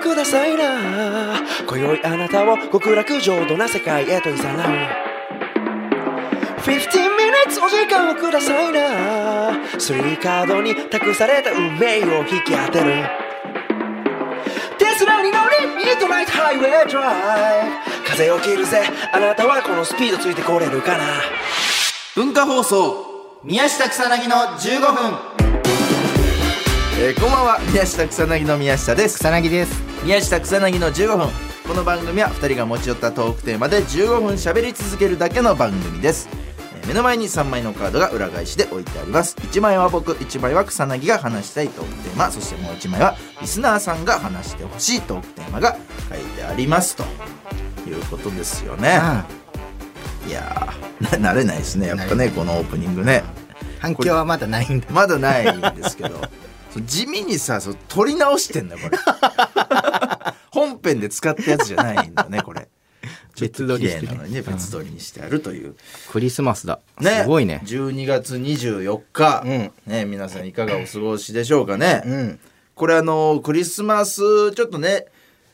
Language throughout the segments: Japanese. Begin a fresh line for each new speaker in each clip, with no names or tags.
くださいな今宵あなたを極楽浄土な世界へと誘う15 minutes お時間をくださいなスリーカードに託された運命を引き当てるテスラに乗りミッドナイトハイウェイドライブ風を切るぜあなたはこのスピードついてこれるかな
文化放送宮下草薙の15分えーこんばんは宮下草薙の宮下です
草薙です
宮下草薙の15分この番組は2人が持ち寄ったトークテーマで15分喋り続けるだけの番組ですえー目の前に3枚のカードが裏返しで置いてあります1枚は僕1枚は草薙が話したいトークテーマそしてもう1枚はリスナーさんが話してほしいトークテーマが書いてありますということですよね
あ
いやーな慣れないですねやっぱねこのオープニングね
反響はまだないんだ
まだないんですけど そう地味にさそう撮り直してんだよこ れ本編で使ったやつじゃないんだねこれちょっと
別撮り
綺
して
麗
ね
なのにね別撮りにしてあるという、
クリスマスだ
ね
すごいね
12月24日、ね、皆さんいかがお過ごしでしょうかね、
うん
これあのクリスマスちょっとね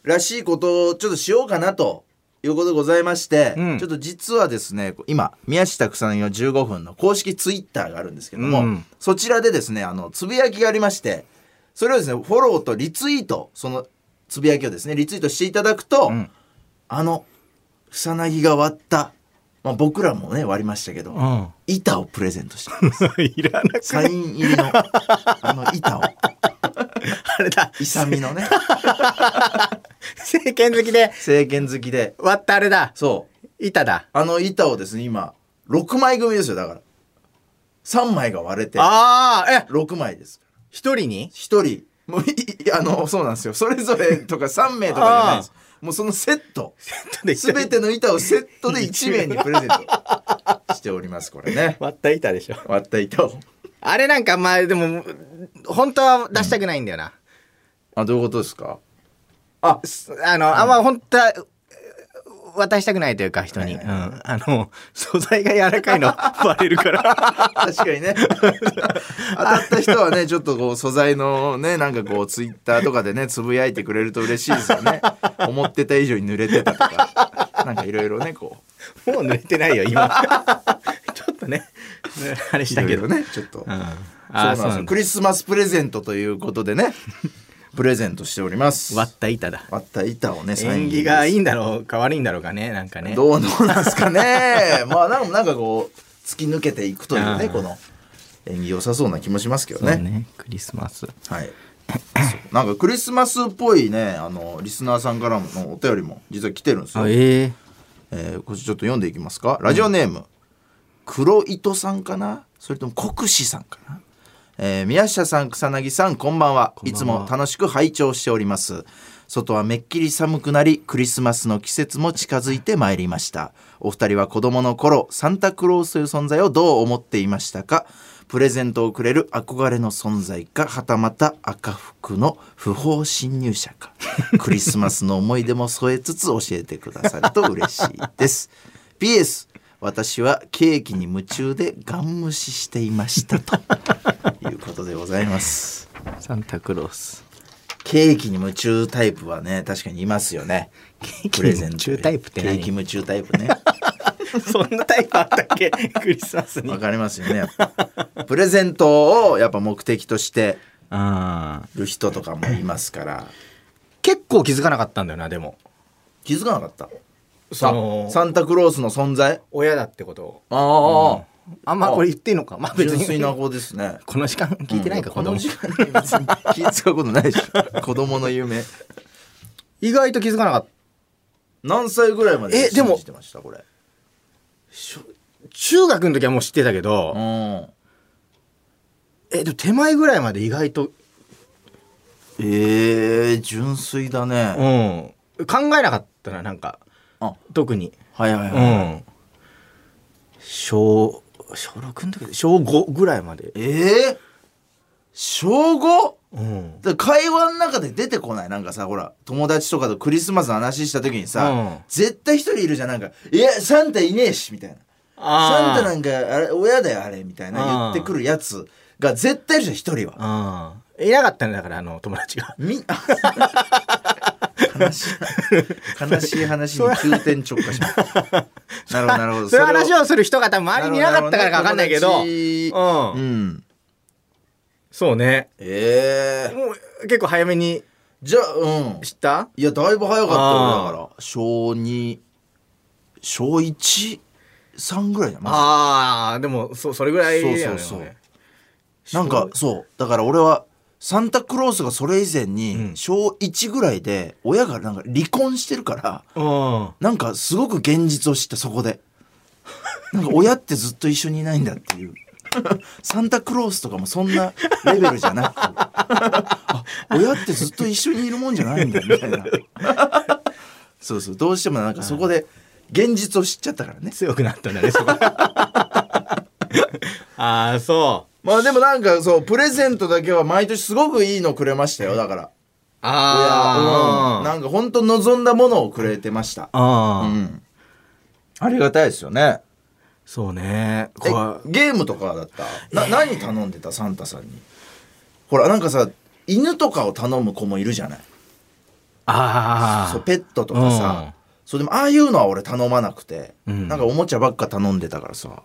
らしいことをちょっとしようかなということでございまして、
うん
ちょっと実はですね今宮下草薙の15分の公式ツイッターがあるんですけども、
うん
そちらでですねあのつぶやきがありましてそれをですねフォローとリツイートそのつぶやきをですねリツイートしていただくと、
ん
あの草薙が割った、まあ、僕らもね割りましたけど、
ん
板をプレゼントして ます
いらなく
サイン入りのあの板を
あれだ
勇みの ね
政権好きで
政権好きで
割ったあれだ
そう
板だ
あの板をですね今6枚組ですよだから3枚が割れて
ああえ
6枚です
一人に
1人もういい あのそうなんですよそれぞれとか3名とかじゃないですもうそのセット全ての板をセット で1名にプレゼントしておりますこれね
割った板でしょ
割った板を
あれなんかまあでも本当は出したくないんだよな、
あどういうことですかあ
すあの、あんま本当は渡したくないというか人に、
はい
うん、あの素材が柔らかいのバレるから
確かにね当たった人はねちょっとこう素材のねなんかこうツイッターとかでねつぶやいてくれると嬉しいですよね思ってた以上に濡れてたとかなんかいろいろねこう
もう濡れてないよ今ちょっとね あれした
だ
け
け
ど
どねちょっと、
うん
そう
あ
なんで
ー
す
そう
よ
なんだ
クリスマスプレゼントということでねプレゼントしております
割
割
った板だ
った板をねサイン
縁
入り
起がいい
で
んだろうか悪いんだろうかねなんか
す
ね
どうどうなんですかねまあなんかなんかこう突き抜けていくという
あ
ね
ー
この縁起良さそうな気もしますけど
そう
ね
ねクリスマス
はい。そうなんかクリスマスっぽいね、あのリスナーさんからのお便りも実は来てるんですよ。え
ええ
ーこっちちょっと読んでいきますか。ラジオネーム、黒糸さんかな、それとも国士さんかな。えー宮下さん、草薙さん、こんばんは。
ん
い
ばんは
つも楽しく拝聴しております。外はめっきり寒くなり、クリスマスの季節も近づいてまいりました。お二人は子供の頃、サンタクロースという存在をどう思っていましたかプレゼントをくれる憧れの存在か、はたまた赤服の不法侵入者 か。クリスマスの思い出も添えつつ教えてくださると嬉しいです。PS、私はケーキに夢中でガン無視していましたと。いうことでございます。
サンタクロー ス
ケーキに夢中タイプはね、確かにいますよね。
ケーキに夢中タイプって
ケー
何
キ夢中タイプ ね。
そんなタイプあったっけクリスマスに
わかりますよね。やっぱプレゼントをやっぱ目的として
ああ
る人とかもいますから。
結構気づかなかったんだよなでも
気づかなかった。
そ
さ
の、
サンタクロースの存在。
親だってことを
ああ、
あんまこれ言っていいのかまあ別
純
に
粋な子ですね。
この時間聞いてないか、
うん
この
この時間に別に気使うことないでしょ。子供の夢。
意外と気づかなかっ
何歳ぐらいまで
えでも
信じてましたこれ。
た中学の時はもう知ってたけど、
うん。
えでも手前ぐらいまで意外と、
ええ純粋だね。
うん、考えなかったななんか
あ
特に、
はいはいはい。
うん、小小6の時小5ぐらいまで、
ええ小 5?
うん、
だから会話の中で出てこないなんかさほら友達とかとクリスマスの話した時にさ、
うん
絶対一人いるじゃんなんか「いやサンタいねえし」みたいな「サンタな
あ
んかあれ親だよあれ」みたいな言
あー
ってくるやつが絶対いるじゃん一人は。
あいなかったねだからあの友達が
みい 悲しい悲しい話に急転直下しま した。なるほど、なるほど。
そういう話
を
をする人が多分周りにいなかったからか分かんないけど
るほね友達
う
うんん。
そうね
ええ
もう結構早めに
じゃあ、うん。
知った
いや、だいぶ早かったよ、
あー
だから。小2、小1、3ぐらいだな。
ああでもそそれぐらいだよね
そうそうそうなんか、そう。だから俺は、サンタクロースがそれ以前
う
に
ん
小1ぐらいで親がなんか離婚してるから
うん
なんかすごく現実を知ったそこでなんか親ってずっと一緒にいないんだっていうサンタクロースとかもそんなレベルじゃなくあ親ってずっと一緒にいるもんじゃないんだみたいなそうそうどうしてもなんかそこで現実を知っちゃったからね
強くなったんだ ねそこああそう
まあでもなんかそうプレゼントだけは毎年すごくいいのくれましたよだから
あ
うん
あ
なんか本当望んだものをくれてました
あー
うんありがたいですよね
そうね
え
こう
ゲームとかだったな何頼んでたサンタさんにほらなんかさ犬とかを頼む子もいるじゃない
あ
そう
あ
ペットとかさ、
うん
そうでもああいうのは俺頼まなくて、
うん
なんかおもちゃばっか頼んでたからさ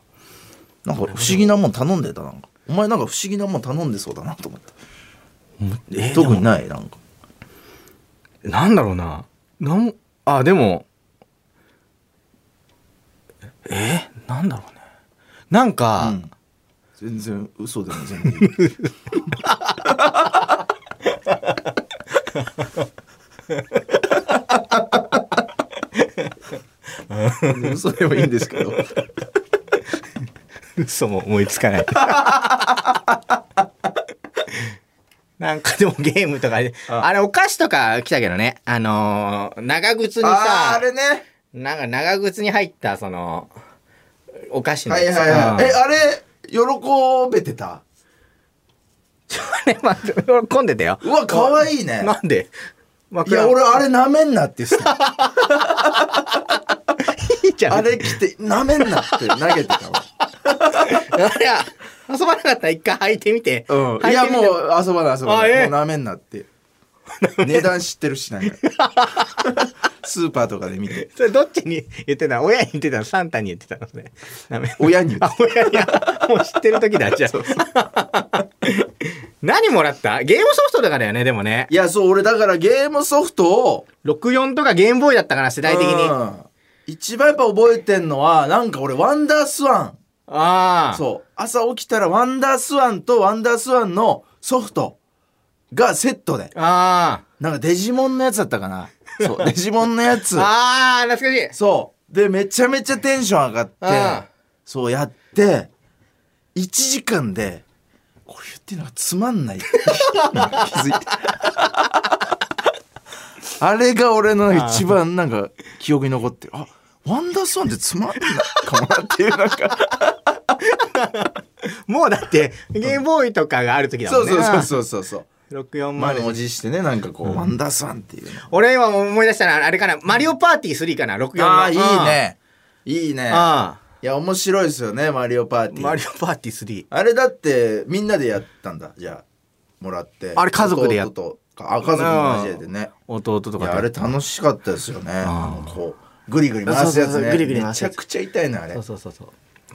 なんか不思議なもん頼んでたなんかお前なんか不思議なもん頼んでそうだなと思った、
えー
特にないなんか
なんだろうな。なん、あ、でも、えー、なんだろうね。なんか、
うん全然嘘でも全然いい全然嘘でもいいんですけど
嘘も思いつかない。なんかでもゲームとかで、
あ
あれお菓子とか来たけどね。あのー長靴に
あー
さ
あ、れね
なんか長靴に入った、その、お菓子の
はい
やつ
はいはいえ
うん
あれ喜べてた
あれ、まあ、混んでたよ。
うわ可愛いね
なんで
いや俺あれなめんなって言ってた
いいじゃん。
あれ着てなめんなって投げてた
あれは遊ばなかったら一回履いてみて。
わ、
履
い
い
や
てみ
もう
て
遊ばない遊ばな
あ
い、
ええ
もうなめんな って値段知ってるしなんか スーパーとかで見て
それどっちに言ってたの親に言ってたのサンタに言ってたのね。ダメ。
親に言って
あ、親に、あもう知ってる時だ、じゃあ。何もらったゲームソフトとかだよね、でもね
い。や、そう、俺だからゲームソフトを、
64とかゲームボーイだったから、世代的に。
う
あ
ん一番やっぱ覚えてんのは、なんか俺、ワンダースワ
あ
ン。。そう。朝起きたら、ワンダースワンとワンダースワンのソフトがセットで。
あ
なんかデジモンのやつだったかな。そう、デジモンのやつ
あ。。ああ、懐かしい。
そう。で、めちゃめちゃテンション上がっ
あ
て、そうやって、1時間で、これ言ってんのがつまんないって 気づいて。あれが俺の一番なんか記憶に残ってる。あ、ワンダースワンってつまんないかもなっていうなんか。
もうだって、ゲームボーイとかがある時だ
そ
も
うん
ね。
そうそうそうそうそう。
う。64ま
満
で。
を持してね、なんかこう、ワンダースワンっていうね。
俺今思い出したのはあれかな、マリオパーティー3かな、64の。
ああ、いい。ね。いいね。
ああ。
いや、面白いですよね、マリオパーティー。
マリオパーティー3。
あれだってみんなでやったんだじゃあもらって
あれ家族でやっ
弟とかあ家族の交えてね
弟と
いやあれ楽しかったですよねあのこうグリグリ回すやつ
そうそうそ
ね
うグリグリ回
め
す
ちゃ
やつ
くちゃ痛いなあれ
そうそうそうそう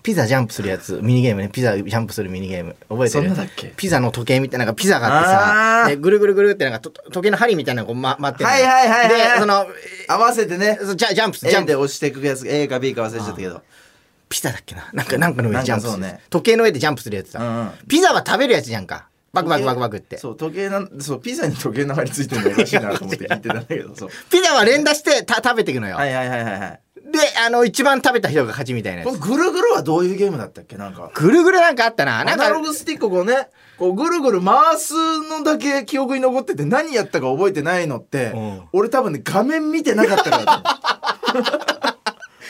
ピザジャンプするやつミニゲームねピザジャンプするミニゲーム覚え
そ
てる
んなだっけ
ピザの時計みたいななんかピザがあっ
あー
てさでぐるぐるぐるってなんかと時計の針みたいなのがこう、ま、待ってるの
はいはいはいはい
でその
合わせてね
えそうジャジャンプジャ
A
ン
で
プ
押していくやつ A か B か忘れちゃったけど
ピザだっけななんかなんかの上でジャンプする、
なんかそうね
時計の上でジャンプするやつだ、
うんうん
ピザは食べるやつじゃんかバクバクバクバクって
そう時計なんそうピザに時計の針ついてるのおかしいなと思って聞いてたんだけど そう
ピザは連打してた食べていくのよ、
はいはいはいはいはい
であの一番食べた人が勝ちみたいなや
この
つ
ぐるぐるはどういうゲームだったっけなんか
ぐるぐるなんかあったなな
ア
んか
ナログスティックをこうねこうぐるぐる回すのだけ記憶に残ってて何やったか覚えてないのって、
うん
俺多分ね画面見てなかったからだと思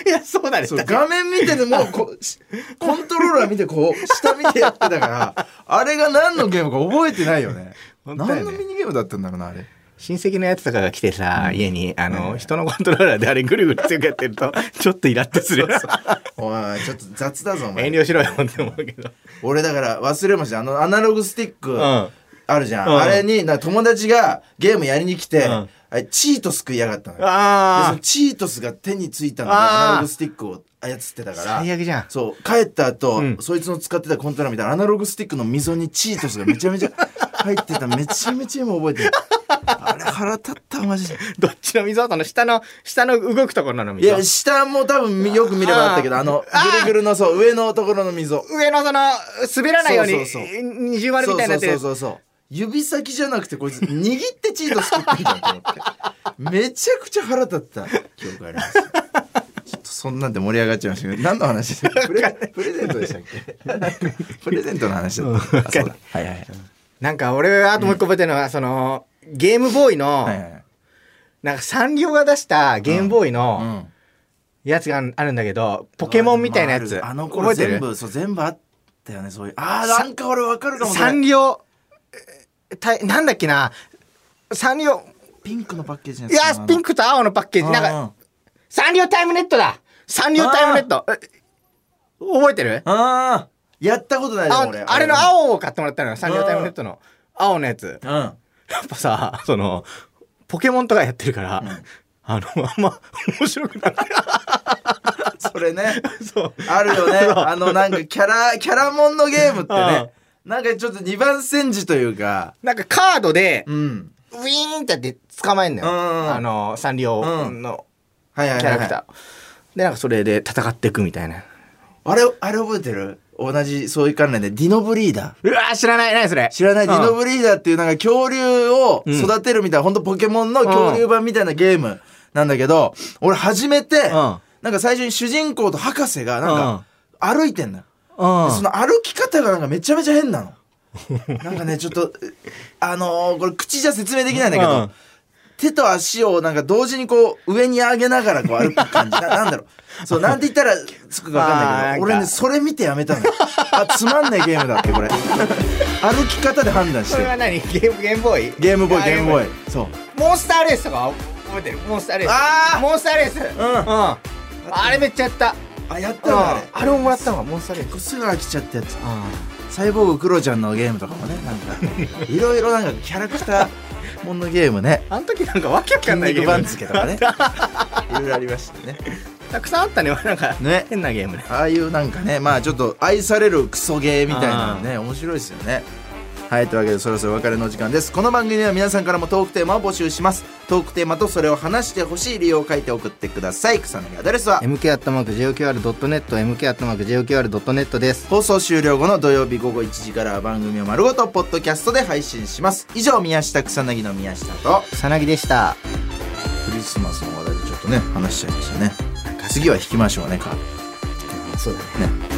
いやそう だね
うそう画面見ててもうこうしコントローラー見てこう下見てやってたからあれが何のゲームか覚えてないよね
本当だよ
何
ね
のミニゲームだったんだろうなあれ
親戚のやつとかが来てさ、家に、あの、人のコントローラーであれぐるぐる強くやってる と、ちょっとイラッとする。
おいちょっと雑だぞお
遠
前
慮しろよって思うけど。
俺だから忘れましたあのアナログスティック、
うん
あるじゃん、
うん
あれになんか友達がゲームやりに来て、
うん
あれチートス食いやがったのよでその
あ
チートスが手についたので
あー
アナログスティックを操ってた
あ。
から
最悪じゃん。
そう帰った後、
うん
そいつの使ってたコントローラーみたいなアナログスティックの溝にチートスがめちゃ めちゃ入ってためちゃめちゃ今覚えてるあれ腹立ったマジで
どっちの溝その下の、下の動くところの
い
溝。
や下も多分よく見ればあったけどあのぐるぐるのそう上のところの溝
上のその、滑らないように、
そうそうそ
二重丸みたいになってる
そうそうそうそう指先じゃなくてこいつ握ってチートス食ってんじゃんと思ってめちゃくちゃ腹立った記憶ありますちょっとそんなんで盛り上がっちゃいましたけど何の話でしたプレプレゼントでしたっけプレゼントの話だったあそうだはいはい
なんか俺、あともう一個覚えてるのは、その、ゲームボーイの、
はいはい
なんかサンリオが出したゲームボーイの、
うん
やつがあるんだけど、ポケモンみたいなやつ。
あの
覚
頃
えて
全
る
部そう全部あったよねそういうあーなんか俺わかるかもそ
サン
れ
リオ、えたいなんだっけな、サンリオ、
ピンクのパッケージの
いや
つかな、
ピンクと青のパッケージ、なん
うんうん
か、サンリオタイムネットだサンリオタイムネットえ覚えてる
ああやったことないでも
あ
俺
あれの青を買ってもらったのよ、サンリオタイムネットの。青のやつ。
うん
やっぱさ、その、ポケモンとかやってるから、あの、あんま面白くなかっ
それね
た。そう。
あるよね。あの、なんか、キャラ、キャラモンのゲームってね。なんかちょっと二番煎じというか。
なんかカードで、
うん。
ウィーンってやって捕まえんのよ。
うん
あの、サンリオの。
うんはいはい
キ
はい、
ャラ
は
クター、
い。
でなんかそれで戦っていくみたいな
あれ、あれ覚えてる同じ、そういう関連で、ディノブリーダー。
うわー知らない何それ
知らない、
うん
ディノブリーダーっていうなんか恐竜を育てるみたいな、ほんとポケモンの恐竜版みたいなゲームなんだけど、俺初めて、
ん
なんか最初に主人公と博士が、なんか、歩いてんのよ。
うん
でその歩き方がなんかめちゃめちゃ変なの。なんかね、ちょっと、あのーこれ口じゃ説明できないんだけど、
うん
手と足をなんか同時にこう上に上げながらこう歩く感じ。ななんだろう。そう、なんて言ったらつくかわかんないけど、
あー
俺
なん
ね、
か
それ見てやめたのよ。あ、つまんないゲームだってこれ。 歩き方で判断し
それ
て。
は何ゲームゲームボーイ
ゲームボー
あ
イ、ゲームボーイ。そう。
モンスターレースとか覚えてるモンスターレース
あー
モンスターレースうん、
ん
あれめっちゃやった
あ、やった
うん
わ、あれ。
あれももらったわモンスターレー
こ
ス
うすぐ飽きちゃったやつ。サイボーグクロちゃんのゲームとかもね、なんか、 いろいろなんかキャラクターもんのゲームね。
あの時なんかわけわかんな
筋
い
肉
ゲー
番
ム
付とかねいろいろありましたね
たくさんあったねなんか
ね
変なゲームね
ああいうなんかねまあちょっと愛されるクソゲーみたいなのね面白いですよねはいというわけでそろそろお別れの時間ですこの番組では皆さんからもトークテーマを募集しますトークテーマとそれを話してほしい理由を書いて送ってください草薙アドレスは
m k j o q r n e t m k j o q r n e t です
放送終了後の土曜日午後1時からは番組を丸ごとポッドキャストで配信します以上宮下草薙の宮下と
草薙でした
クリスマスの話題でちょっとね話しちゃいましたね次は引きましょうねか
そうだね
ね